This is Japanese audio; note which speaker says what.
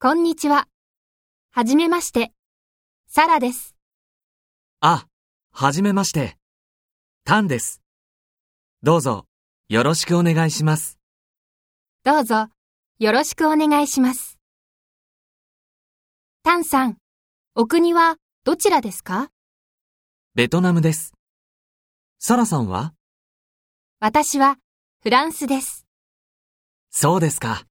Speaker 1: こんにちは。はじめまして。サラです。
Speaker 2: あ、はじめまして。タンです。どうぞ、よろしくお願いします。
Speaker 1: どうぞ、よろしくお願いします。タンさん、お国はどちらですか
Speaker 2: ベトナムです。サラさんは
Speaker 1: 私はフランスです。
Speaker 2: そうですか。